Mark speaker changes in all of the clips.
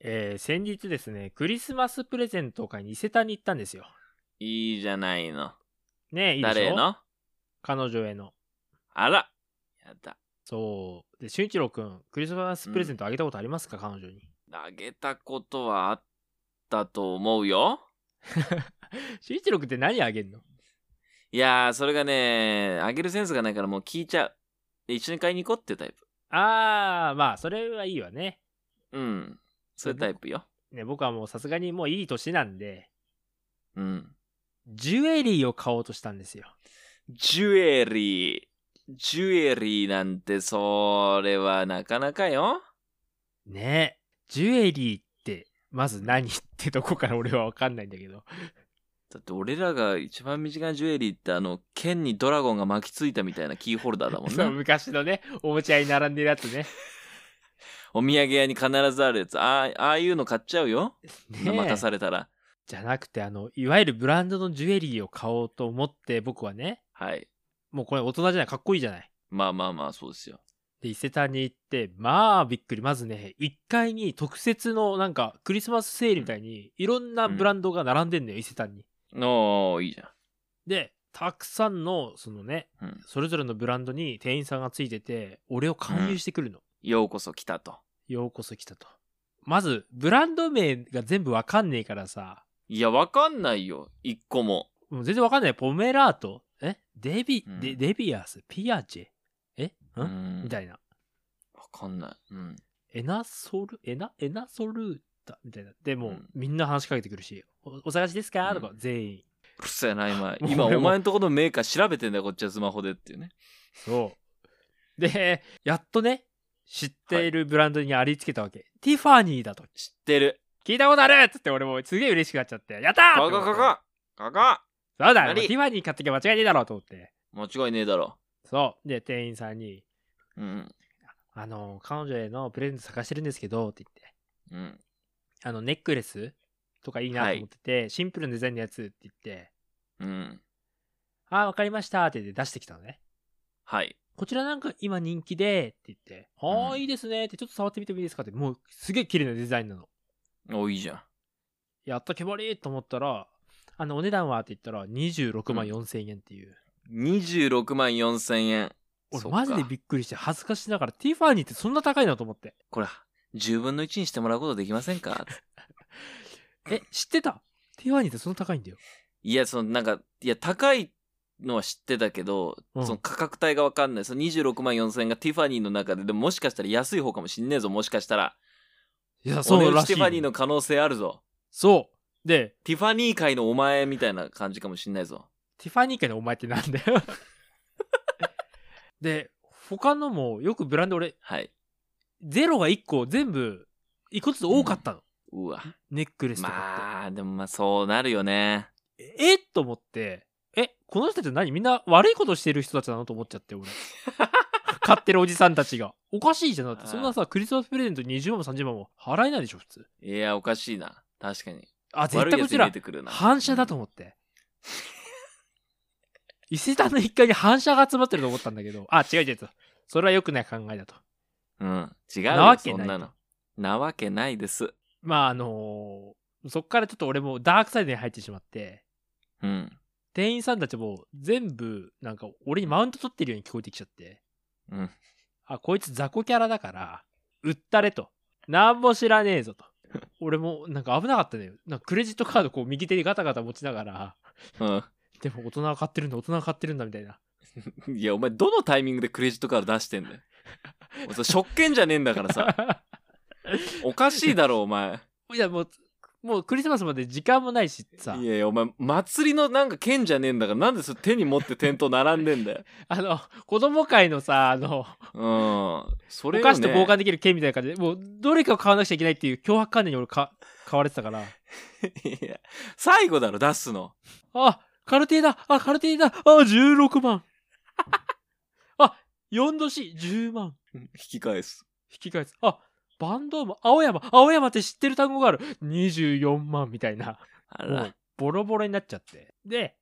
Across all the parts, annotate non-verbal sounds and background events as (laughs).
Speaker 1: えー先日ですね、クリスマスプレゼントを買いに伊勢丹に行ったんですよ。
Speaker 2: いいじゃないの。
Speaker 1: ねえ、いいでしょ
Speaker 2: 誰への
Speaker 1: 彼女への。
Speaker 2: あら。やだ。
Speaker 1: そう。で、俊一郎くん、クリスマスプレゼントあげたことありますか、彼女に。 (laughs)
Speaker 2: あげたことはあったと思うよ。
Speaker 1: 俊一郎くんって何あげんの
Speaker 2: いやー、それがね、あげるセンスがないからもう聞いちゃう。で一緒に買いに行こうっていうタイプ。
Speaker 1: あー、まあ、それはいいわね。
Speaker 2: うん。そういうタイプよ。
Speaker 1: ね、僕はもうさすがにもういい年なんで、
Speaker 2: うん。
Speaker 1: ジュエリーを買おうとしたんですよ。
Speaker 2: ジュエリー。ジュエリーなんて、それはなかなかよ。
Speaker 1: ねえ。ジュエリーって、まず何ってとこから俺はわかんないんだけど。
Speaker 2: だって俺らが一番身近なジュエリーってあの、剣にドラゴンが巻きついたみたいなキーホルダーだもん
Speaker 1: そう
Speaker 2: な。
Speaker 1: (laughs) 昔のね、おもちゃ屋に並んでるやつね。
Speaker 2: お土産屋に必ずあるやつ。ああ、ああいうの買っちゃうよ。
Speaker 1: ね
Speaker 2: 待
Speaker 1: え
Speaker 2: たされたら。
Speaker 1: じゃなくて、あの、いわゆるブランドのジュエリーを買おうと思って、僕はね、
Speaker 2: はい。
Speaker 1: もうこれ大人じゃない、かっこいいじゃない。
Speaker 2: まあまあまあ、そうですよ。
Speaker 1: で、伊勢丹に行って、まあびっくり。まずね、1階に特設のなんかクリスマスセールみたいに、いろんなブランドが並んでんのよ、伊勢丹に。
Speaker 2: おー、いいじゃん。
Speaker 1: で、たくさんの、そのね、
Speaker 2: うん
Speaker 1: それぞれのブランドに店員さんがついてて、俺を勧誘してくるの。
Speaker 2: ようこそ来たと。
Speaker 1: ようこそ来たと。まず、ブランド名が全部わかんねえからさ、
Speaker 2: いや、わかんないよ。一個も。
Speaker 1: もう全然わかんない。ポメラート、えデビ、
Speaker 2: うん
Speaker 1: デデビアス、ピアチェ、え
Speaker 2: うんん
Speaker 1: みたいな。
Speaker 2: わかんない。うん。
Speaker 1: エナソル、エナ、エナソルータみたいな。でも、う
Speaker 2: うん
Speaker 1: みんな話しかけてくるし、おお探しですか、とか
Speaker 2: う、ん
Speaker 1: 全員。
Speaker 2: うるせえ
Speaker 1: (laughs)
Speaker 2: な、今。
Speaker 1: もう
Speaker 2: 今、
Speaker 1: 俺も
Speaker 2: お前のとこのメーカー調べてんだよ、こっちはスマホでっていうね。
Speaker 1: そう。で、やっとね、知っているブランドにありつけたわけ。ティファニーだと。
Speaker 2: 知ってる。
Speaker 1: 聞いたことあるっつって俺もすげえ嬉しくなっちゃって、やったー
Speaker 2: こ
Speaker 1: って思
Speaker 2: こ
Speaker 1: って
Speaker 2: ここここ
Speaker 1: そうだ、
Speaker 2: 何
Speaker 1: もうティファニー買ってきゃ間違いねえだろうと思って。
Speaker 2: 間違いねえだろ。
Speaker 1: そう。で、店員さんに、
Speaker 2: うん。
Speaker 1: あの、彼女へのプレゼント探してるんですけど、って言って、
Speaker 2: うん。
Speaker 1: あの、ネックレスとかいいなと思ってて、シンプルなデザインのやつって言って、
Speaker 2: うん。
Speaker 1: ああ、わかりましたって言って出してきたのね。
Speaker 2: はい。
Speaker 1: こちらなんか今人気で、って言って、は
Speaker 2: う
Speaker 1: ー
Speaker 2: ん
Speaker 1: いいですねって、ちょっと触ってみてもいいですかって、もうすげえ綺麗なデザインなの。
Speaker 2: お、いいじゃん。
Speaker 1: やったけばりーと思ったら、あの、お値段はって言ったら、26万4千円っていう。
Speaker 2: 26万4千円。
Speaker 1: 俺
Speaker 2: そっか
Speaker 1: マジでびっくりして、恥ずかしながら、ティファニーってそんな高いなと思って。
Speaker 2: これ、10分の1にしてもらうことできませんか
Speaker 1: え、知ってたティファニーってそんな高いんだよ。
Speaker 2: いや、その、なんか、いや、高いのは知ってたけど、
Speaker 1: うん
Speaker 2: その価格帯がわかんない。その26万4千円がティファニーの中で、でももしかしたら安い方かもしんねえぞ、もしかしたら。
Speaker 1: いや、そ
Speaker 2: そうう
Speaker 1: ら
Speaker 2: ら
Speaker 1: し
Speaker 2: し
Speaker 1: いよ。
Speaker 2: い。ティファニーの可能性あるぞ。
Speaker 1: そう。で、
Speaker 2: ティファニー界のお前みたいな感じかもしんないぞ。
Speaker 1: ティファニー家のお前ってなん
Speaker 2: (laughs)
Speaker 1: だよ。で、他のもよくブランド俺、
Speaker 2: はい。
Speaker 1: ゼロが1個全部、1個ずつ多かったの。
Speaker 2: うわ。
Speaker 1: ネックレスとか
Speaker 2: まあ、でもまあそうなるよね。
Speaker 1: って。ええと思って、え、この人たち何みんな悪いことしてる人たちなのと思っちゃって、
Speaker 2: (laughs)
Speaker 1: 俺。買ってるおじさんたちが。おかしいじゃん。だって、そんなさ、クリスマスプレゼント20万も30万も払えないでしょ、普通。
Speaker 2: いや、おかしいな。確かに。
Speaker 1: あ、絶
Speaker 2: 悪い
Speaker 1: 対
Speaker 2: や
Speaker 1: こ
Speaker 2: つ
Speaker 1: ち
Speaker 2: に見え
Speaker 1: ら、
Speaker 2: てくるな。
Speaker 1: 反射だと
Speaker 2: 思
Speaker 1: 思って。 (laughs) 伊勢丹の一階に反射が集まってると思ったんだけど、あ、違う違う違う。それは良くない考えだと。
Speaker 2: うん。違うよ
Speaker 1: なわけ
Speaker 2: そ
Speaker 1: ない
Speaker 2: んなの。なわけないです。
Speaker 1: まあ、あのーそっからちょっと俺もダークサイドに入ってしまって、
Speaker 2: うん。
Speaker 1: 店員さんたちも全部、なんか俺にマウント取ってるように聞こえてきちゃって、
Speaker 2: うん。
Speaker 1: あ、こいつ雑魚キャラだから、売ったれと。なんも知らねえぞと。俺もなんか危なかったね。なんかクレジットカードこう右手にガタガタ持ちながら、
Speaker 2: う
Speaker 1: でも大人は買ってるんだ、大人は買ってるんだみたいな。
Speaker 2: ん。 (laughs) いや、お前、どのタイミングでクレジットカード出してんだよ。お前食券じゃねえんだから
Speaker 1: (laughs)
Speaker 2: さ。おかしいだろ、お前。
Speaker 1: いや、もう、もうクリスマスまで時間もないしさ
Speaker 2: い、やいや、お前、祭りのなんか券じゃねえんだから、なんでそれ手に持って店頭並んでん
Speaker 1: (laughs)
Speaker 2: だよ。
Speaker 1: あの、子供会のさ、あの、
Speaker 2: うん。そ
Speaker 1: お
Speaker 2: れをね
Speaker 1: 菓子と交換できる券みたいな感じで、もう、どれかを買わなくちゃいけないっていう脅迫観念に俺か、買われてたから、
Speaker 2: (laughs) いや、最後だろ、出すの。
Speaker 1: あ、カルティだあ、カルティだあ、16万
Speaker 2: (laughs)
Speaker 1: あ、4度 C10 万
Speaker 2: 引き返す。
Speaker 1: 引き返す。あ、バンドーマ、青山、青山って知ってる単語がある。24万みたいな。
Speaker 2: あ
Speaker 1: もう、ボロボロになっちゃって。で、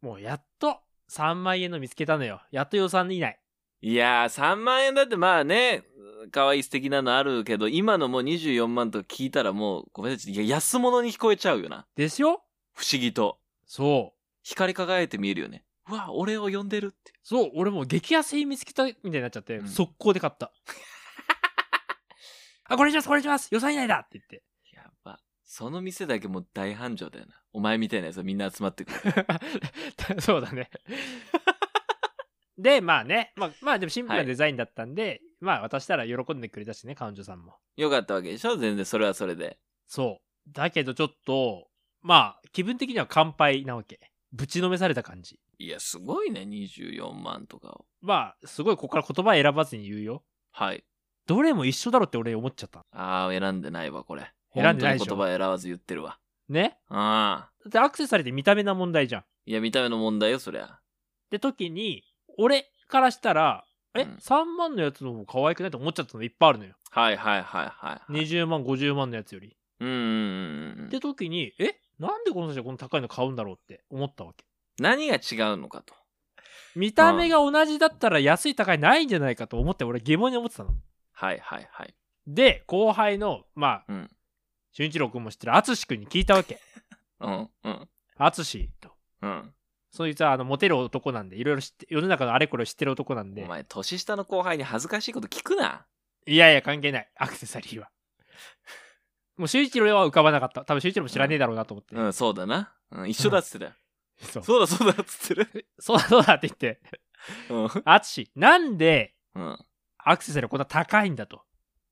Speaker 1: もうやっと3万円の見つけたのよ。やっと予算以内。
Speaker 2: いやー3万円だってまあね可愛い素敵なのあるけど今のもう24万と聞いたらもうごめんなさいいや安物に聞こえちゃうよな
Speaker 1: ですよ
Speaker 2: 不思議と
Speaker 1: そう。
Speaker 2: 光り輝いて見えるよねうわ俺を呼んでるって
Speaker 1: そう、俺もう激安品見つけたみたいになっちゃって、
Speaker 2: うん
Speaker 1: 速攻で買 (laughs) った。あ、これにします、これにします予算以内だって言って。
Speaker 2: やばその店だけもう大繁盛だよなお前みたいなやつはみんな集まってくる
Speaker 1: (laughs)
Speaker 2: (laughs)
Speaker 1: そうだね。で、まあね、まあ、まあでもシンプル
Speaker 2: は
Speaker 1: ないデザインだったんで、まあ渡したら喜んでくれたしね、彼女さんも。
Speaker 2: よかったわけでしょ全然それはそれで
Speaker 1: そう。だけどちょっと、まあ、気分的には乾杯なわけ。ぶちのめされた感じ。
Speaker 2: いやすごいね24万とかを
Speaker 1: まあ、すごいここから言葉選ばずに言うよ。
Speaker 2: はい
Speaker 1: どれも一緒だろって俺思っちゃった。
Speaker 2: あー選んでないわこれ
Speaker 1: 選んでないで
Speaker 2: 本
Speaker 1: し
Speaker 2: 当
Speaker 1: ょ
Speaker 2: に言葉選ばず言ってるわ
Speaker 1: ね
Speaker 2: ああ
Speaker 1: だってアクセサリーって見た目な問題じゃん。
Speaker 2: いや見た目の問題よそりゃ
Speaker 1: って時に、俺からしたら、え、
Speaker 2: うん
Speaker 1: 3万のやつの方が可愛くないと思っちゃったのいっぱいあるのよ。
Speaker 2: はいはいはいはい、はい。
Speaker 1: 20万、50万のやつより。
Speaker 2: うんうんうんうん
Speaker 1: って時に、え、なんでこの人たちはこの高いの買うんだろうって思ったわけ。
Speaker 2: 何が違うのかと。
Speaker 1: 見た目が同じだったら安い高いないんじゃないかと思って俺疑問に思ってたの。
Speaker 2: はいはいはい。
Speaker 1: で、後輩の、まあ、
Speaker 2: うん
Speaker 1: 俊一郎君も知ってる淳君に聞いたわけ。
Speaker 2: うんうん
Speaker 1: 淳と。
Speaker 2: うん。
Speaker 1: そいつはあのモテる男なんで、いろいろ知って、世の中のあれこれを知ってる男なんで
Speaker 2: お、前、年下の後輩に恥ずかしいこと聞くな。
Speaker 1: いやいや関係ない、アクセサリー
Speaker 2: (laughs)
Speaker 1: は。もう俊一郎は浮かばなかった。多分俊一郎も知らねえだろうなと思って。
Speaker 2: うん、そうだな。うん、一緒だっつってたよ。
Speaker 1: そう。
Speaker 2: そうだそうだっつってる。
Speaker 1: そうだそうだって言って、
Speaker 2: うん
Speaker 1: アツシ、なんで
Speaker 2: うん。
Speaker 1: アクセサリーはこんな高いんだと。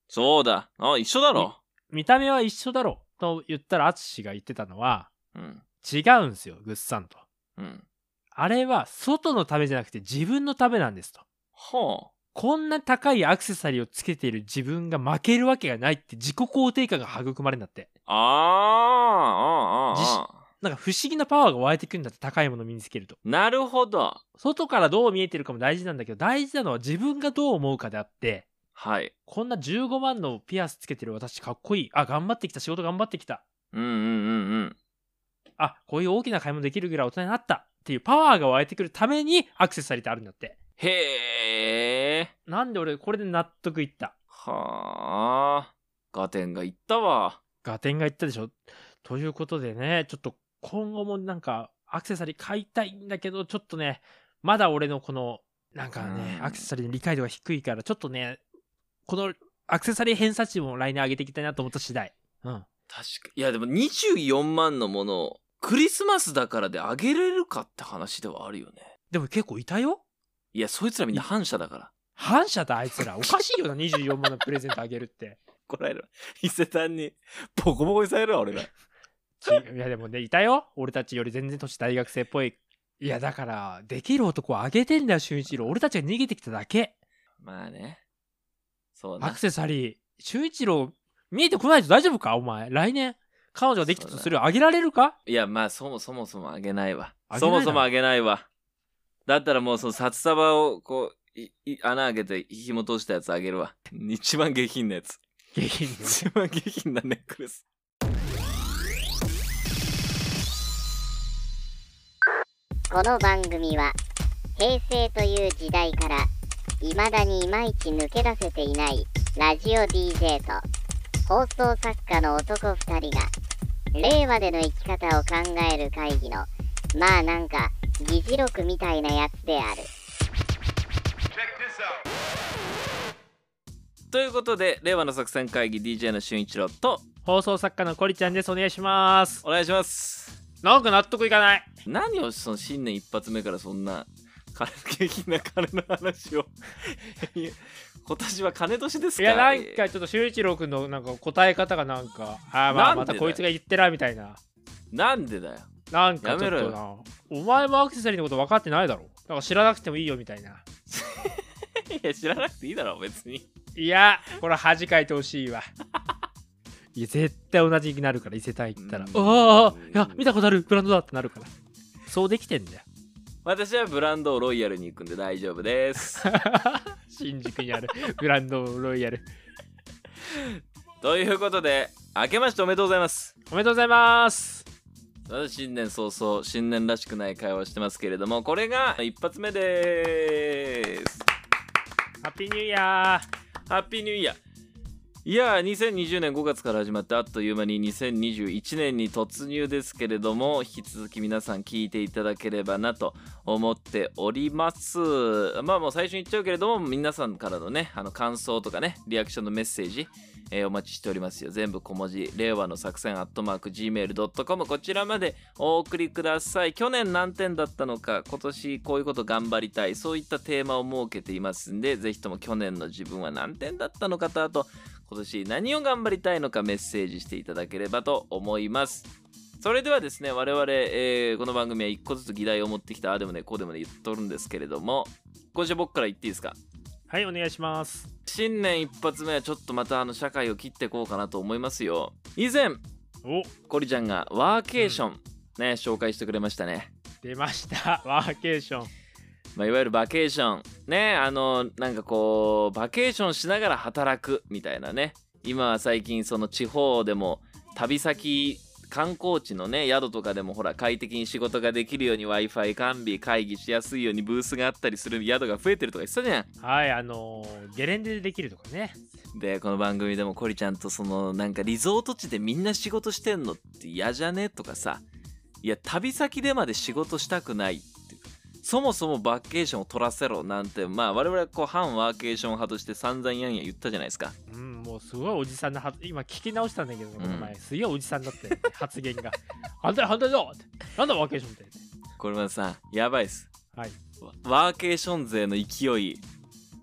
Speaker 2: そうだ。あ、一緒だろ。
Speaker 1: 見た目は一緒だろうと言ったらアツシが言ってたのは、
Speaker 2: うん
Speaker 1: 違うんですよ、ぐっさんと。
Speaker 2: うん。
Speaker 1: あれは外のためじゃなくて自分のためなんですと。
Speaker 2: は
Speaker 1: こんな高いアクセサリーをつけている自分が負けるわけがないって自己肯定感が育まれるんだって。
Speaker 2: あ。あーあーあーあ
Speaker 1: なんか不思議なパワーが湧いてくるんだって高いものを身につけると。
Speaker 2: ー。なるほど。
Speaker 1: 外からどう見えてるかも大事なんだけど、大事なのは自分がどう思うかであって、
Speaker 2: はい。
Speaker 1: こんな15万のピアスつけてる私かっこいい。あ、頑張ってきた。仕事頑張ってきた。
Speaker 2: うんうんうんうん。
Speaker 1: あ、こういう大きな買い物できるぐらい大人になった。っていうパワーが湧いてくるためにアクセサリーってあるんだって。
Speaker 2: へえ。
Speaker 1: なんで俺これで納得いった。
Speaker 2: はあ。ガテンが言ったわ。
Speaker 1: ガテンが言ったでしょ。ということでね、ちょっと今後もなんかアクセサリー買いたいんだけど、ちょっとね、まだ俺のこの、なんかね、
Speaker 2: うん
Speaker 1: アクセサリーの理解度が低いから、ちょっとね、このアクセサリー偏差値も来年上げていきたいなと思った次第。うん。
Speaker 2: 確かいやでも24万のものをクリスマスだからであげれるかって話ではあるよね
Speaker 1: でも結構いたよ
Speaker 2: いやそいつらみんな反社だから
Speaker 1: 反社だあいつらおかしいよな24万のプレゼントあげるって
Speaker 2: こらえる伊勢丹にボコボコにされるわ俺ら
Speaker 1: ちいやでもねいたよ俺たちより全然年大学生っぽいいやだからできる男をあげてんだよ俊一郎俺たちが逃げてきただけ
Speaker 2: (laughs) まあねそう
Speaker 1: ア
Speaker 2: な
Speaker 1: クセサリー俊一郎見えてこないと大丈夫かお前来年彼女ができたとするあげられるか
Speaker 2: いやまあそもそもそもあげないわ
Speaker 1: あげな
Speaker 2: そ
Speaker 1: いな
Speaker 2: もそもあげないわだったらもうその札束をこういい穴開けて紐通したやつあげるわ一番下品なやつ
Speaker 1: 下品にね
Speaker 2: 一番下品なネックレス
Speaker 3: この番組は平成という時代から未だにいまいち抜け出せていないラジオ DJ と放送作家の男2人が令和での生き方を考える会議のまあなんか議事録みたいなやつである。
Speaker 2: ということで令和の作戦会議 DJ の俊一郎と
Speaker 1: 放送作家のコリちゃんですお願いします
Speaker 2: お願いします
Speaker 1: なんか納得いかない
Speaker 2: 何をその新年一発目からそんな金下品な金の話を (laughs) いや今年は金年です
Speaker 1: い
Speaker 2: か
Speaker 1: やなんかちょっと俊一郎君のなんか答え方がなんかあーま
Speaker 2: な
Speaker 1: あ
Speaker 2: んで
Speaker 1: ま
Speaker 2: だ
Speaker 1: た
Speaker 2: よ
Speaker 1: こいつが言ってらみたいな
Speaker 2: なんでだよ
Speaker 1: なんかちょ
Speaker 2: や
Speaker 1: っ
Speaker 2: めろ
Speaker 1: となお前もアクセサリーのこと分かってないだろだから知らなくてもいいよみたいない
Speaker 2: や知らなくていいだろ別に
Speaker 1: いやこれ恥かいてほしいわ (laughs) いや絶対同じになるから伊勢丹行ったらあ
Speaker 2: うん
Speaker 1: あいや見たことあるブランドだってなるからそうできてんだよ
Speaker 2: 私はブランドをロイヤルに行くんで大丈夫です
Speaker 1: 新宿にある (laughs) ブランドロイヤル
Speaker 2: ということで明けましておめでとうございます
Speaker 1: おめでとうございます
Speaker 2: 私新年早々新年らしくない会話をしてますけれどもこれが一発目です
Speaker 1: ハッピーニューイヤ
Speaker 2: ハッピーニューイヤーいやー2020年5月から始まってあっという間に2021年に突入ですけれども引き続き皆さん聞いていただければなと思っておりますまあもう最初に言っちゃうけれども皆さんからのねあの感想とかねリアクションのメッセージ、えーお待ちしておりますよ全部小文字令和の作戦アットマーク Gmail.com こちらまでお送りください去年何点だったのか今年こういうこと頑張りたいそういったテーマを設けていますんでぜひとも去年の自分は何点だったのかとあと今年何を頑張りたいのかメッセージしていただければと思いますそれではですね我々、えーこの番組は1個ずつ議題を持ってきたああでもねこうでもね言っとるんですけれども今週僕から言っていいですか
Speaker 1: ーはいお願いします
Speaker 2: 新年一発目はちょっとまたあの社会を切ってこうかなと思いますよ以前
Speaker 1: お
Speaker 2: コリちゃんがワーケーション、ね紹介してくれましたね
Speaker 1: 出ました (laughs) ワーケーション
Speaker 2: まあ、いわゆるバケーションねあのなんかこうバケーションしながら働くみたいなね今は最近その地方でも旅先観光地のね宿とかでもほら快適に仕事ができるように w i f i 完備会議しやすいようにブースがあったりする宿が増えてるとか言ってたじゃ
Speaker 1: はいあのーゲレンデでできるとかね
Speaker 2: んでこの番組でもコリちゃんとそのなんかリゾート地でみんな仕事してんのって嫌じゃねとかさいや旅先でまで仕事したくないそもそもバケーションを取らせろなんてまあ我々はこう反ワーケーション派として散々やんや言ったじゃないですか
Speaker 1: うんもうすごいおじさんの発今聞き直したんだけど、この前すげえおじさんだったよね (laughs) 発言が反対反対だってなんだワーケーションって
Speaker 2: これまさんやばいっす
Speaker 1: はい
Speaker 2: わワーケーション勢の勢い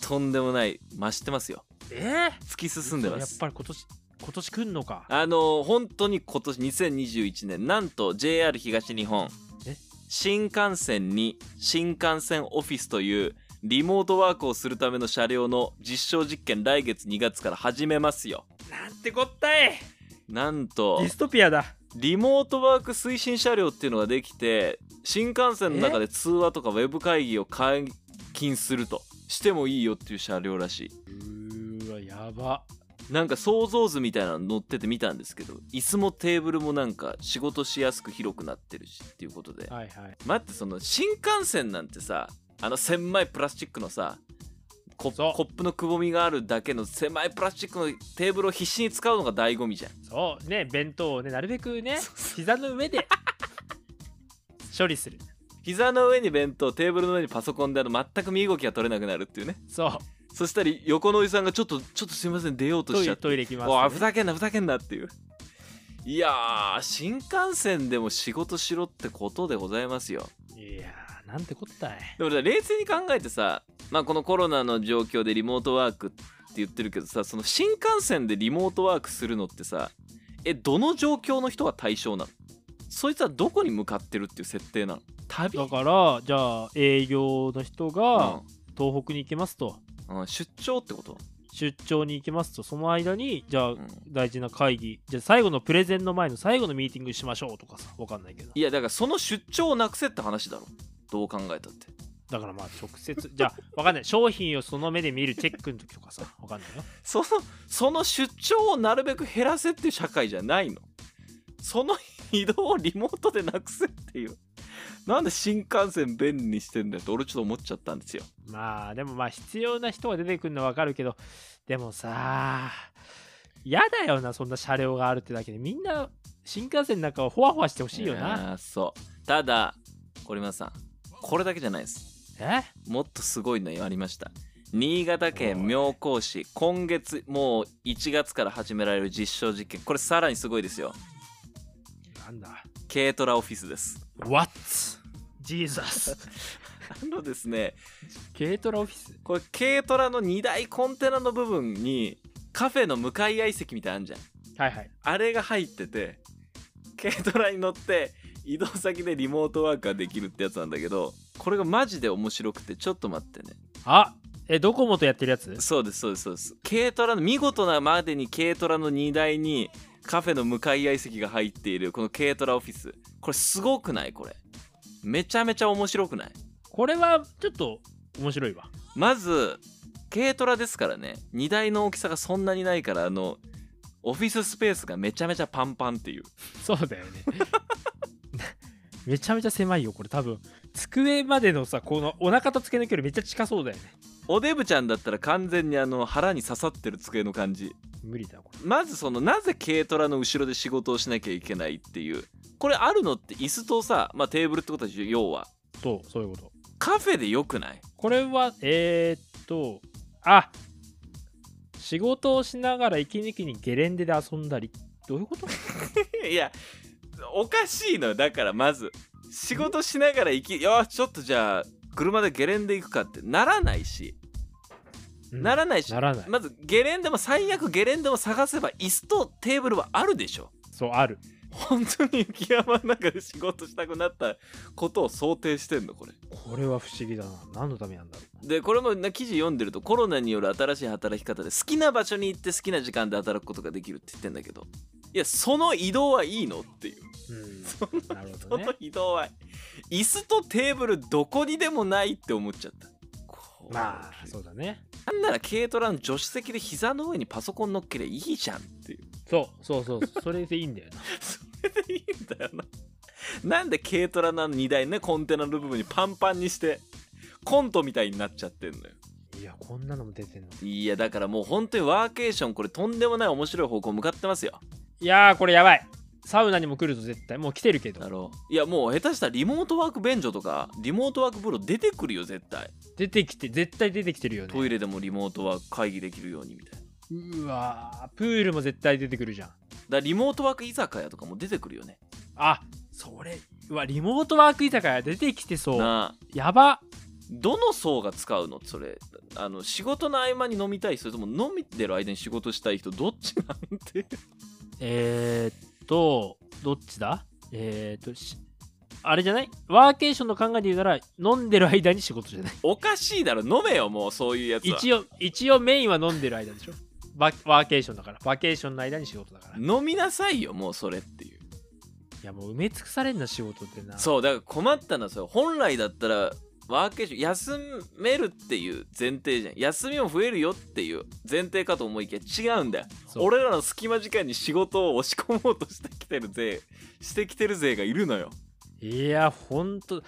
Speaker 2: とんでもない増してますよ
Speaker 1: え
Speaker 2: 突き
Speaker 1: ー、
Speaker 2: 進んでま
Speaker 1: やっ
Speaker 2: す
Speaker 1: ぱり今年今年来んのか
Speaker 2: あのー本当に今年2021年なんと JR 東日本
Speaker 1: え
Speaker 2: 新幹線に新幹線オフィスというリモートワークをするための車両の実証実験来月2月から始めますよ
Speaker 1: なんてこったい
Speaker 2: なんと
Speaker 1: ディストピアだ
Speaker 2: リモートワーク推進車両っていうのができて新幹線の中で通話とかウェブ会議を解禁するとしてもいいよっていう車両らし
Speaker 1: うーわやば
Speaker 2: いなんか想像図みたいなの乗ってて見たんですけど椅子もテーブルもなんか仕事しやすく広くなってるしっていうことで
Speaker 1: はいはい
Speaker 2: 待ってその新幹線なんてさあの狭いプラスチックのさコ
Speaker 1: そう
Speaker 2: コップのくぼみがあるだけの狭いプラスチックのテーブルを必死に使うのが醍醐味じゃん
Speaker 1: そうね弁当をねなるべくね膝の上
Speaker 2: (laughs)
Speaker 1: で処理する
Speaker 2: 膝の上に弁当テーブルの上にパソコンであの全く身動きが取れなくなるっていうね
Speaker 1: そう
Speaker 2: そしたら横のおじさんがちょっとちょっとすいません出ようと
Speaker 1: ト
Speaker 2: し
Speaker 1: イ
Speaker 2: ちゃ
Speaker 1: レ
Speaker 2: って
Speaker 1: トイレ行きます、
Speaker 2: おいふざけんなふざけんなっていういやー新幹線でも仕事しろってことでございますよ
Speaker 1: いやーなんてこったい
Speaker 2: でもさ冷静に考えてさまあこのコロナの状況でリモートワークって言ってるけどさその新幹線でリモートワークするのってさえどの状況の人が対象なのそいつはどこに向かってるっていう設定なの旅
Speaker 1: だからじゃあ営業の人が
Speaker 2: う
Speaker 1: 東北に行きますと
Speaker 2: んうん、出張ってこと、
Speaker 1: 出張に行きますとその間にじゃあ
Speaker 2: うん
Speaker 1: 大事な会議じゃあ最後のプレゼンの前の最後のミーティングしましょうとかさわかんないけど
Speaker 2: いやだからその出張をなくせって話だろどう考えたって
Speaker 1: だからまあ直接じゃあわかんない商品をその目で見るチェックの時とかさわかんないよ
Speaker 2: そのその出張をなるべく減らせっていう社会じゃないのその移動をリモートでなくせっていうなんで新幹線便利にしてんだよって俺ちょっと思っちゃったんですよ
Speaker 1: まあでもまあ必要な人が出てくるのはわかるけどでもさ嫌だよなそんな車両があるってだけでみんな新幹線の中をほわほわしてほしいよな
Speaker 2: あーそうただこれまさんこれだけじゃないです
Speaker 1: え
Speaker 2: もっとすごいのありました新潟県妙高市今月もう1月から始められる実証実験これさらにすごいですよ
Speaker 1: なんだ
Speaker 2: 軽トラオフィスです
Speaker 1: What Jesus
Speaker 2: あのですね
Speaker 1: (laughs) 軽トラオフィス
Speaker 2: これ軽トラの荷台コンテナの部分にカフェの向かい合い席みたいなのあんじゃん
Speaker 1: はいはい
Speaker 2: あれが入ってて軽トラに乗って移動先でリモートワークができるってやつなんだけどこれがマジで面白くてちょっと待ってね
Speaker 1: あえドコモとやってるやつ
Speaker 2: そうですそうですそうです軽トラの見事なまでに軽トラの荷台にカフェの向かい合い席が入っているこの軽トラオフィスこれすごくないこれめちゃめちゃ面白くない
Speaker 1: これはちょっと面白いわ
Speaker 2: まず軽トラですからね荷台の大きさがそんなにないからあのオフィススペースがめちゃめちゃパンパンっていう
Speaker 1: そう (laughs) だよねめちゃめちゃ狭いよこれ多分机までのさこのお腹と机の距離めっちゃ近そうだよね
Speaker 2: おデブちゃんだったら完全にあの腹に刺さってる机の感じ
Speaker 1: 無理だこれ
Speaker 2: まずそのなぜ軽トラの後ろで仕事をしなきゃいけないっていうこれあるのって椅子とさ、まあ、テーブルってことは要は
Speaker 1: そうそういうこと
Speaker 2: カフェでよくない (laughs)
Speaker 1: これはえー、っとあ仕事をしながら息抜きにゲレンデで遊んだりどういうこと
Speaker 2: いやおかしいのよだからまず仕事しながら行きよしちょっとじゃあ車でゲレンデ行くかってならないし、ならないし
Speaker 1: ならない
Speaker 2: まずゲレンデも最悪ゲレンデも探せば椅子とテーブルはあるでしょ
Speaker 1: そうある
Speaker 2: 本当に雪山の中で仕事したくなったことを想定してんのこれ
Speaker 1: これは不思議だな何のためなんだろう
Speaker 2: でこれもな記事読んでるとコロナによる新しい働き方で好きな場所に行って好きな時間で働くことができるって言ってんだけどいやその移動はいいのっていう
Speaker 1: うんなるほ
Speaker 2: そ
Speaker 1: どね
Speaker 2: の移動は椅子とテーブルどこにでもないって思っちゃったこう
Speaker 1: まあそうだね
Speaker 2: なんなら軽トラの助手席で膝の上にパソコン乗っけりゃいいじゃんっていう
Speaker 1: そうそうそうそうそれでいいんだよな
Speaker 2: それでいいんだよななんで軽トラの荷台ねコンテナの部分にパンパンにしてコントみたいになっちゃってんのよ
Speaker 1: (laughs) いやこんなのも出てんの
Speaker 2: いやだからもう本当にワーケーションこれとんでもない面白い方向向かってますよ
Speaker 1: いやーこれやばいサウナにも来ると絶対もう来てるけど
Speaker 2: だろういやもう下手したらリモートワーク便所とかリモートワーク風呂出てくるよ絶対
Speaker 1: 出てきて絶対出てきてるよね
Speaker 2: トイレでもリモートワーク会議できるようにみたいなだか
Speaker 1: うわープールも絶対出てくるじゃん
Speaker 2: らリモートワーク居酒屋とかも出てくるよね
Speaker 1: あそれうわリモートワーク居酒屋出てきてそう
Speaker 2: なあ
Speaker 1: やば
Speaker 2: どの層が使うのそれあの仕事の合間に飲みたい人それとも飲みてる間に仕事したい人どっちなんて
Speaker 1: えー、っとどっちだえー、っとしあれじゃないワーケーションの考えで言うなら飲んでる間に仕事じゃない
Speaker 2: おかしいだろ飲めよもうそういうやつは
Speaker 1: 一応一応メインは飲んでる間でしょバワーケーションだからバケーションの間に仕事だからい
Speaker 2: 飲みなさいよもうそれっていう
Speaker 1: やもう埋め尽くされんな仕事ってな
Speaker 2: そうだから困ったのはそれ本来だったらワーケーション休めるっていう前提じゃん休みも増えるよっていう前提かと思いきや違うんだよ
Speaker 1: そう
Speaker 2: 俺らの隙間時間に仕事を押し込もうとしてきてるぜしてきてるぜがいるのよ
Speaker 1: いやほんと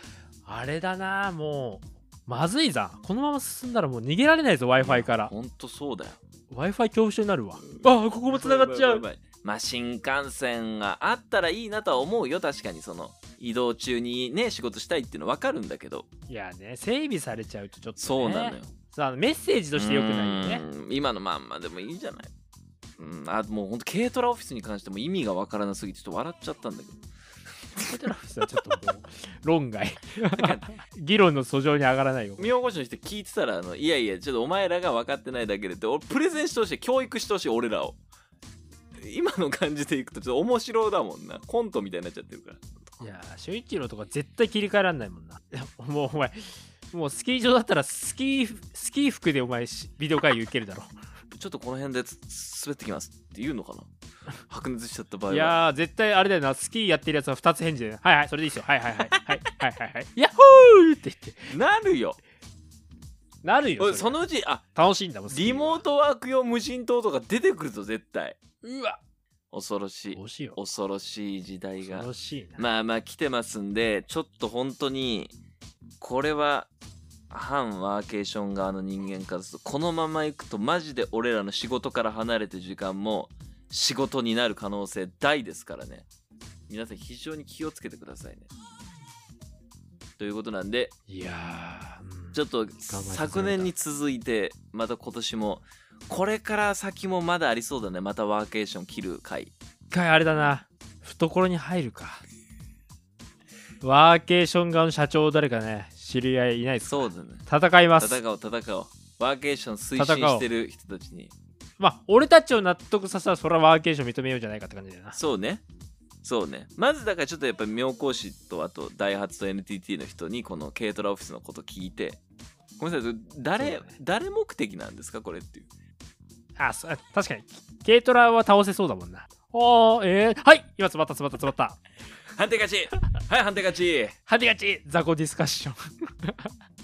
Speaker 1: あれだなもうまずいざこのまま進んだらもう逃げられないぞ w i f i から
Speaker 2: ほんとそうだよ
Speaker 1: w i f i 恐怖症になるわあここも繋がっちゃう
Speaker 2: ばいばいばいまあ新幹線があったらいいなとは思うよ確かにその移動中にね仕事したいっていうの分かるんだけど
Speaker 1: いやね整備されちゃうとちょっと、ね、
Speaker 2: そうなのよ
Speaker 1: そうあのメッセージとして良くないよね
Speaker 2: うーん今のまんまでもいいんじゃないうんあもうほんと軽トラオフィスに関しても意味がわからなすぎてちょっと笑っちゃったんだけど
Speaker 1: ペトラフィスはちょっともう (laughs) 論外議論の訴状に上がらないよ
Speaker 2: 見起こしの人聞いてたらあのいやいやちょっとお前らが分かってないだけでって俺プレゼンしてほしい教育してほしい俺らを今の感じでいくとちょっと面白だもんなコントみたいになっちゃってるから
Speaker 1: いやー俊一郎とか絶対切り替えらんないもんないやもうお前もうスキー場だったらスキースキー服でお前しビデオ会議受けるだろ
Speaker 2: ちょっとこの辺でつ滑ってきますって言うのかな (laughs) 白熱しちゃった場合はい
Speaker 1: やー絶対あれだよなスキーやってるやつは2つ返事で、はいはいそれでいいっすよはいはいはいはいはいはいはいヤッホーって言って
Speaker 2: なるよ
Speaker 1: なるよ
Speaker 2: 俺
Speaker 1: そ
Speaker 2: そ
Speaker 1: れ
Speaker 2: のうちあ
Speaker 1: 楽しいんだもんスキー
Speaker 2: リモートワーク用無人島とか出てくるぞ絶対
Speaker 1: うわ
Speaker 2: 恐ろしい
Speaker 1: どうしよう
Speaker 2: 恐ろしい時代が
Speaker 1: 楽しいな、
Speaker 2: まあまあ来てますんでちょっと本当にこれは反ワーケーション側の人間からするとこのまま行くとマジで俺らの仕事から離れて時間も仕事になる可能性大ですからね皆さん非常に気をつけてくださいねということなんで
Speaker 1: いやー、うん
Speaker 2: ちょっと
Speaker 1: 頑張ります
Speaker 2: 昨年に続いてまた今年もこれから先もまだありそうだねまたワーケーション切る回
Speaker 1: 一回あれだな懐に入るかワーケーション側の社長誰かね知り合いいないですか
Speaker 2: そうだね
Speaker 1: 戦います
Speaker 2: 戦おう戦おうワーケーション推進してる人たちに
Speaker 1: まあ俺たちを納得させたらそれはワーケーション認めようじゃないかって感じだよな
Speaker 2: そうねそうねまずだからちょっとやっぱり妙高市とあとダイハツと NTT の人にこの軽トラオフィスのこと聞いてごめんなさい誰、
Speaker 1: そうだね
Speaker 2: 誰目的なんですかこれっていう
Speaker 1: あそあ確かに軽トラは倒せそうだもんなおーえー、はい今詰まった詰まった詰まった
Speaker 2: 判定勝ち (laughs) はい判定勝ち
Speaker 1: 派手勝ち雑魚ディスカッション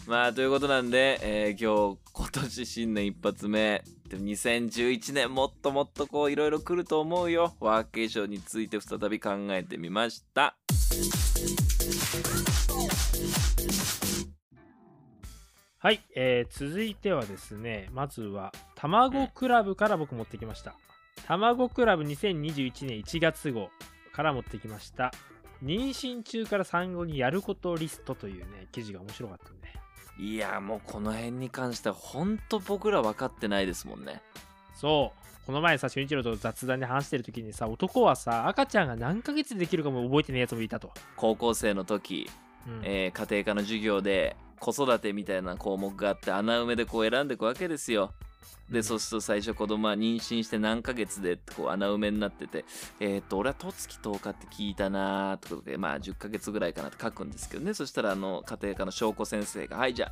Speaker 2: まあということなんで、えー今日今年新年一発目でも2011年もっともっとこういろいろ来ると思うよワーケーションについて再び考えてみました
Speaker 1: はい、えー続いてはですね、まずは、卵クラブから僕持ってきました。卵クラブ2021年1月号から持ってきました。妊娠中から産後にやることリストというね、記事が面白かったんで。
Speaker 2: いやもうこの辺に関しては本当僕ら分かってないですもんね
Speaker 1: そう、この前さ、俊一郎と雑談で話してる時にさ、男はさ、赤ちゃんが何ヶ月でできるかも覚えてないやつもいたと。
Speaker 2: 高校生の時、
Speaker 1: うん
Speaker 2: えー家庭科の授業で子育てみたいな項目があって穴埋めでこう選んでいくわけですよでそうすると最初子供は妊娠して何ヶ月でってこう穴埋めになっててえーっと俺は十月10日って聞いたなーってことでまあ10ヶ月ぐらいかなって書くんですけどねそしたらあの家庭科の翔子先生が「はいじゃ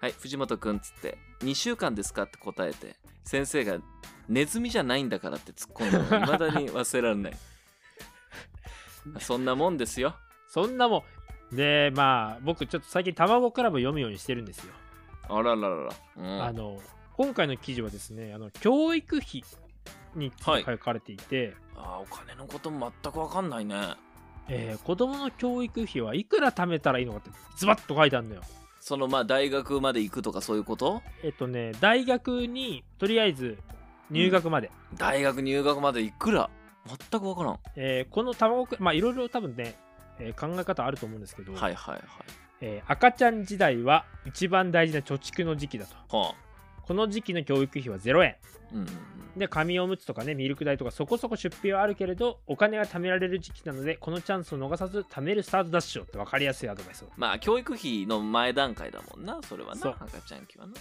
Speaker 2: あはい藤本くん」っつって「2週間ですか?」って答えて先生が「ネズミじゃないんだから」って突っ込んだのが未だに忘れられ
Speaker 1: (laughs)
Speaker 2: ないそんなもんですよ
Speaker 1: そんなもん。で、まあ、僕ちょっと最近卵クラブ読むようにしてるんですよ。
Speaker 2: あらららら、うん、
Speaker 1: あの今回の記事はですねあの教育費につい
Speaker 2: はい
Speaker 1: て書かれていて、
Speaker 2: あーお金のことも全く分かんないね
Speaker 1: えー子供の教育費はいくら貯めたらいいのかってズバッと書いてあるのよ
Speaker 2: そのまあ大学まで行くとかそういうこと
Speaker 1: えっとね大学にとりあえず入学まで、
Speaker 2: 大学入学までいくら全く分からん
Speaker 1: えーこの卵くまあいろいろ多分ね、えー考え方あると思うんですけど、
Speaker 2: はいはいはい
Speaker 1: えー赤ちゃん時代は一番大事な貯蓄の時期だと
Speaker 2: はあ
Speaker 1: この時期の教育費は0円
Speaker 2: うんうんうん
Speaker 1: で紙おむつとかねミルク代とかそこそこ出費はあるけれどお金は貯められる時期なのでこのチャンスを逃さず貯めるスタートダッシュをって分かりやすいアドバイスを
Speaker 2: まあ教育費の前段階だもんなそれはな
Speaker 1: そう
Speaker 2: 赤ちゃん期はな、う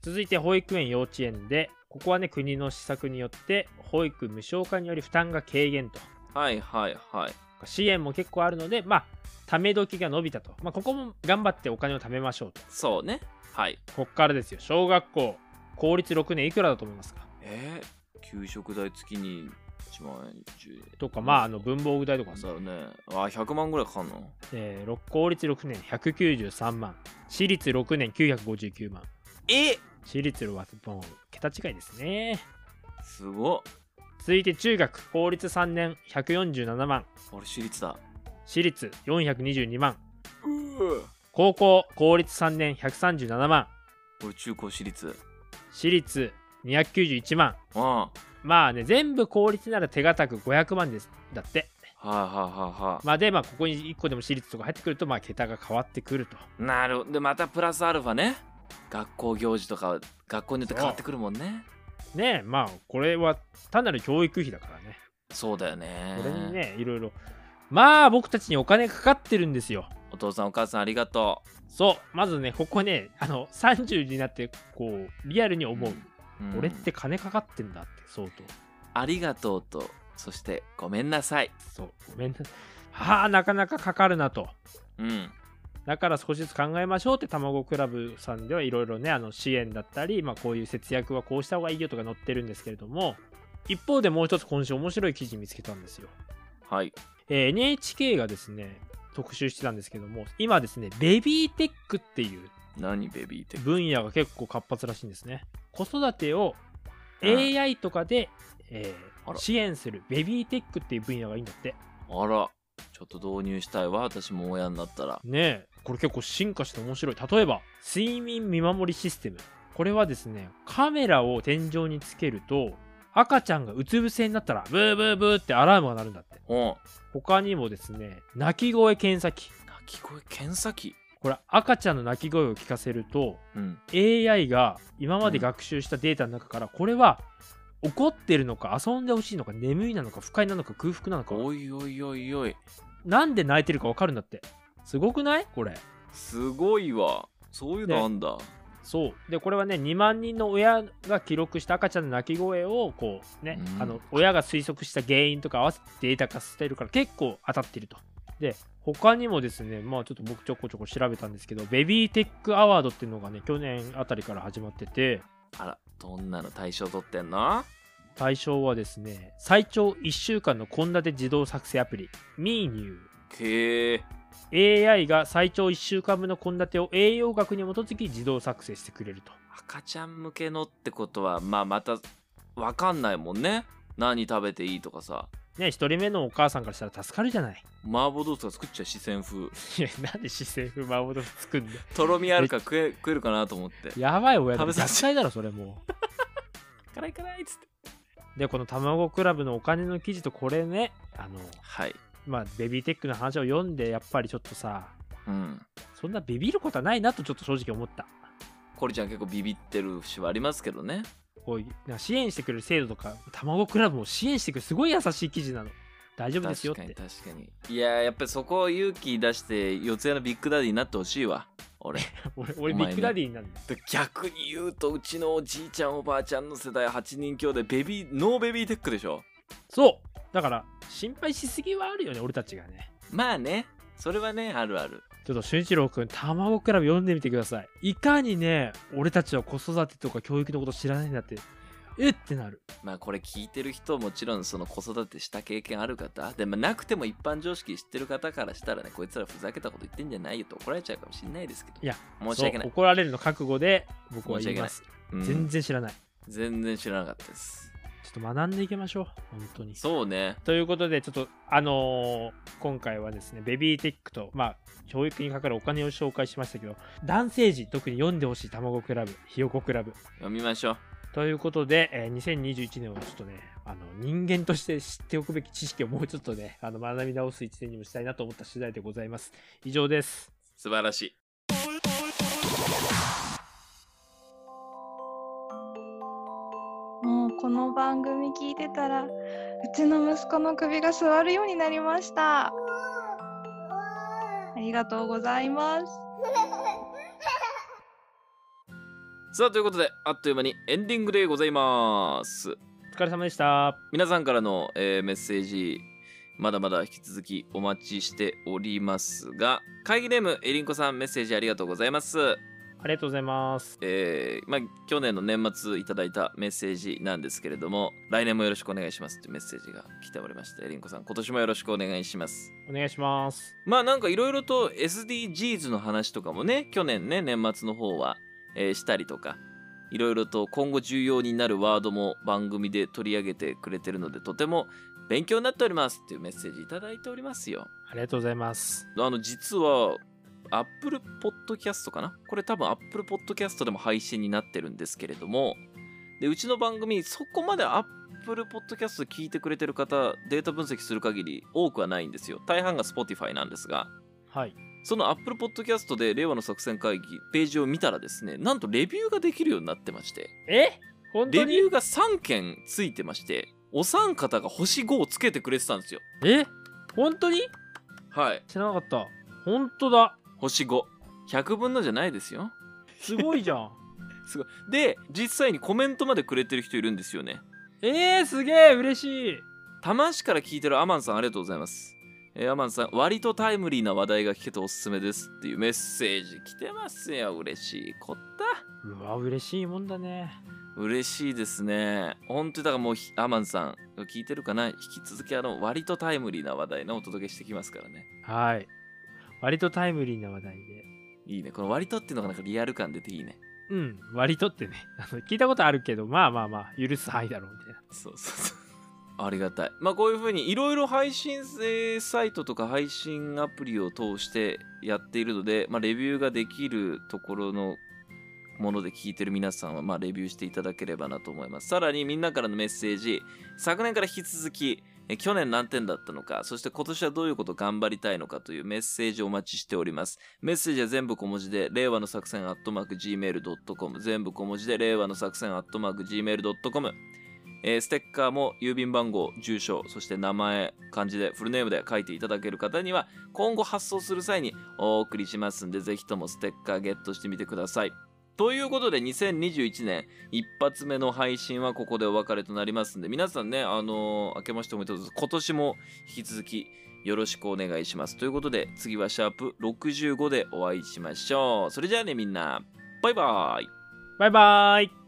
Speaker 1: 続いて保育園幼稚園でここはね国の施策によって保育無償化により負担が軽減と
Speaker 2: ん、はいはいはい
Speaker 1: 支援も結構あるのでまあ貯め時が伸びたと、まあ、ここも頑張ってお金を貯めましょうと
Speaker 2: そうねはい
Speaker 1: こっからですよ小学校公立6年いくらだと思いますか
Speaker 2: えー、給食代月に1万円10円
Speaker 1: とかまああの文房具代とか
Speaker 2: だ
Speaker 1: さ、
Speaker 2: よねあ100万ぐらいかかんの
Speaker 1: えーろ公立6年193万私立6年959万
Speaker 2: え
Speaker 1: 私立はもう桁違いですね
Speaker 2: すごっ
Speaker 1: 続いて中学公立3年147万
Speaker 2: 俺私立だ
Speaker 1: 私立422万
Speaker 2: うー
Speaker 1: 高校公立3年137万
Speaker 2: 俺中高私立
Speaker 1: 私立291万
Speaker 2: うんはい
Speaker 1: まあね全部公立なら手堅く500万ですだって
Speaker 2: はいはいはい
Speaker 1: まあでまあここに1個でも私立とか入ってくるとまあ桁が変わってくると
Speaker 2: なるほどでまたプラスアルファね学校行事とか学校によって変わってくるもんね
Speaker 1: ねえまあこれは単なる教育費だからね
Speaker 2: そうだよね
Speaker 1: これにねいろいろまあ僕たちにお金かかってるんですよ
Speaker 2: お父さんお母さんありがと
Speaker 1: そうまずねここねあの30になってこうリアルに思う、
Speaker 2: う、うん
Speaker 1: 俺って金かかってんだって相当
Speaker 2: ありがとうとそしてごめんなさい
Speaker 1: そうごめんなさいはあなかなかかかるなと
Speaker 2: うん
Speaker 1: だから少しずつ考えましょうって卵クラブさんではいろいろねあの支援だったり、まあ、こういう節約はこうした方がいいよとか載ってるんですけれども一方でもう一つ今週面白い記事見つけたんですよ、
Speaker 2: はい
Speaker 1: えー NHK がですね特集してたんですけども今ですねベビーテックっていう
Speaker 2: 何ベビーって
Speaker 1: 分野が結構活発らしいんですね子育てを
Speaker 2: うん
Speaker 1: AI とかで、えー
Speaker 2: あら
Speaker 1: 支援するベビーテックっていう分野がいいんだって
Speaker 2: あらちょっと導入したいわ私も親になったら
Speaker 1: ねえこれ結構進化して面白い例えば睡眠見守りシステムこれはですねカメラを天井につけると赤ちゃんがうつ伏せになったらブーブーブーってアラームが鳴るんだって
Speaker 2: うん
Speaker 1: 他にもですね泣き声検査機
Speaker 2: 泣き声検査機
Speaker 1: これ赤ちゃんの泣き声を聞かせると
Speaker 2: うん
Speaker 1: AI が今まで学習したデータの中からこれは怒ってるのか遊んでほしいのか眠いなのか不快なのか空腹なのか
Speaker 2: おいおいおいおい
Speaker 1: なんで泣いてるか分かるんだってすごくないこれ
Speaker 2: すごいわそういうのあんだ、
Speaker 1: そうでこれはね2万人の親が記録した赤ちゃんの泣き声をこうね、
Speaker 2: うん
Speaker 1: あの親が推測した原因とか合わせてデータ化してるから結構当たってるとで他にもですねまあちょっと僕ちょこちょこ調べたんですけどベビーテックアワードっていうのがね去年あたりから始まってて
Speaker 2: あらどんなの対象取ってんの
Speaker 1: 対象はですね最長1週間の献立自動作成アプリ MeNew
Speaker 2: へえ
Speaker 1: AI が最長1週間分の献立を栄養学に基づき自動作成してくれると
Speaker 2: 赤ちゃん向けのってことはまあまたわかんないもんね何食べていいとかさ
Speaker 1: ね、一人目のお母さんからしたら助かるじゃない。
Speaker 2: 麻婆豆腐とか作っちゃう四川風
Speaker 1: いや、なんで姿勢不麻婆豆腐作んだよ
Speaker 2: とろみあるから食え食えるかなと思って
Speaker 1: やばい親だ。
Speaker 2: 食べさせ
Speaker 1: 絶対だろ、それも
Speaker 2: 辛い辛いっつって
Speaker 1: う。で、この卵クラブのお金の記事とこれね、あの、
Speaker 2: はい
Speaker 1: まあ、ベビーテックの話を読んで、やっぱりちょっとさ、
Speaker 2: うん
Speaker 1: そんなビビることはないなとちょっと正直思った。
Speaker 2: コリちゃん結構ビビってる節はありますけどね
Speaker 1: こういうなんか支援してくれる制度とか、卵クラブも支援してくれる、すごい優しい記事なの。大丈夫ですよ
Speaker 2: 確
Speaker 1: っ
Speaker 2: かに
Speaker 1: て。
Speaker 2: 確かにいやーやっぱりそこを勇気出して四谷のビッグダディになってほしいわ俺
Speaker 1: (laughs) 俺、俺
Speaker 2: お
Speaker 1: ビ
Speaker 2: 前ね
Speaker 1: ッグダディになるんだよ。
Speaker 2: で逆に言うとうちのおじいちゃんおばあちゃんの世代8人兄弟ベビーノーベビーテックでしょ
Speaker 1: そうだから、心配しすぎはあるよね、俺たちがね。
Speaker 2: まあねそれはねあるある
Speaker 1: ちょっと俊一郎くん、卵クラブ読んでみてください。いかにね、俺たちは子育てとか教育のこと知らないんだって、えってなる。
Speaker 2: まあこれ聞いてる人もちろんその子育てした経験ある方でもなくても一般常識知ってる方からしたらねこいつらふざけたこと言ってんじゃないよと怒られちゃうかもしれないですけど
Speaker 1: いや
Speaker 2: 申し訳
Speaker 1: そ
Speaker 2: な
Speaker 1: う
Speaker 2: い
Speaker 1: 怒られるの覚悟で僕は言います。
Speaker 2: うん
Speaker 1: 全然知らない。
Speaker 2: 全然知らなかったです
Speaker 1: ちょっと学んでいきましょう、本当に。
Speaker 2: そうね
Speaker 1: ということで、ちょっと、あのー今回はですね、ベビーテックと、まあ、教育にかかるお金を紹介しましたけど、男性陣、特に読んでほしい卵クラブ、ひよこクラブ。
Speaker 2: 読みましょう
Speaker 1: ということで、えー2021年はちょっとね、あの、人間として知っておくべき知識をもうちょっとね、あの、学び直す一年にもしたいなと思った次第でございます。以上です。
Speaker 2: 素晴らしい
Speaker 4: もうこの番組聞いてたらうちの息子の首が座るようになりましたありがとうございます
Speaker 2: さあということであっという間にエンディングでございます
Speaker 1: お疲れ様でした。
Speaker 2: 皆さんからの、えーメッセージまだまだ引き続きお待ちしておりますが会議ネームえりんこさんメッセージありがとうございます
Speaker 1: ありがとうございます。
Speaker 2: えーまあ、去年の年末いただいたメッセージなんですけれども来年もよろしくお願いしますというメッセージが来ておりましたエリンコさん今年もよろしくお願いします
Speaker 1: お願いします。
Speaker 2: まあなんかいろいろと SDGs の話とかもね去年ね年末の方は、えーしたりとかいろいろと今後重要になるワードも番組で取り上げてくれてるのでとても勉強になっておりますっていうメッセージいただいておりますよ
Speaker 1: ありがとうございます。
Speaker 2: あの実は Apple Podcast かなこれ多分 Apple Podcast でも配信になってるんですけれどもでうちの番組そこまで Apple Podcast で聞いてくれてる方データ分析する限り多くはないんですよ大半が Spotify なんですが
Speaker 1: はい。
Speaker 2: その Apple Podcast で令和の作戦会議ページを見たらですねなんとレビューができるようになってまして
Speaker 1: え本当
Speaker 2: レ
Speaker 1: に
Speaker 2: ビューが3件ついてましてお三方が星5をつけてくれてたんですよ
Speaker 1: え本当に
Speaker 2: はい
Speaker 1: 知らなかった。本当だ。
Speaker 2: 星5100分のじゃないですよ
Speaker 1: すごいじゃん。
Speaker 2: すごいで実際にコメントまでくれてる人いるんですよね
Speaker 1: (laughs) えー、すげえ嬉しい。
Speaker 2: 多摩市から聞いてるアマンさんありがとうございますえーアマンさん割とタイムリーな話題が聞けておすすめですっていうメッセージ来てますよ嬉しいこった
Speaker 1: うわ、嬉しいもんだね。
Speaker 2: 嬉しいですね本当にだからもうひアマンさん聞いてるかな引き続きあの割とタイムリーな話題のお届けしてきますからね
Speaker 1: はい。割とタイムリーな話題で。
Speaker 2: いいねこの割とっていうのがなんかリアル感出ていいね
Speaker 1: うん、割とってね。 (laughs) あの聞いたことあるけど、まあまあまあ、許す範囲だろうみたいな。
Speaker 2: そうそうそう。ありがたい。まあこういうふうにいろいろ配信えーサイトとか配信アプリを通してやっているので、まあレビューができるところのもので聞いてる皆さんは、まあレビューしていただければなと思います。さらにみんなからのメッセージ、昨年から引き続き、え去年何点だったのか、そして今年はどういうことを頑張りたいのかというメッセージをお待ちしております。メッセージは全部小文字で、令和の作戦アットマーク Gmail.com、全部小文字で、令和の作戦アットマーク Gmail.com、えーステッカーも郵便番号、住所、そして名前、漢字で、フルネームで書いていただける方には、今後発送する際にお送りしますんで、ぜひともステッカーゲットしてみてください。ということで、2021年一発目の配信はここでお別れとなりますんで、皆さんね、あのー明けましておめでとうございます。今年も引き続きよろしくお願いします。ということで、次はシャープ65でお会いしましょう。それじゃあね、みんな、バイバイ。
Speaker 1: バイバーイ